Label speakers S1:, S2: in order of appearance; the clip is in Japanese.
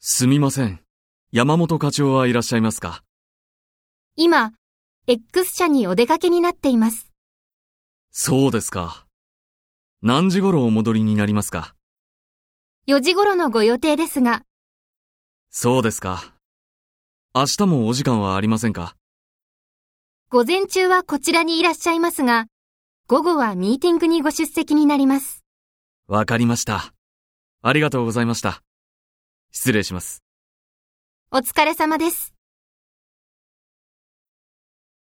S1: すみません。山本課長はいらっしゃいますか
S2: 今、X 社にお出かけになっています。
S1: そうですか。何時頃お戻りになりますか
S2: 4時頃のご予定ですが、
S1: そうですか。明日もお時間はありませんか
S2: 午前中はこちらにいらっしゃいますが、午後はミーティングにご出席になります。
S1: わかりました。ありがとうございました。失礼します。
S2: お疲れ様です。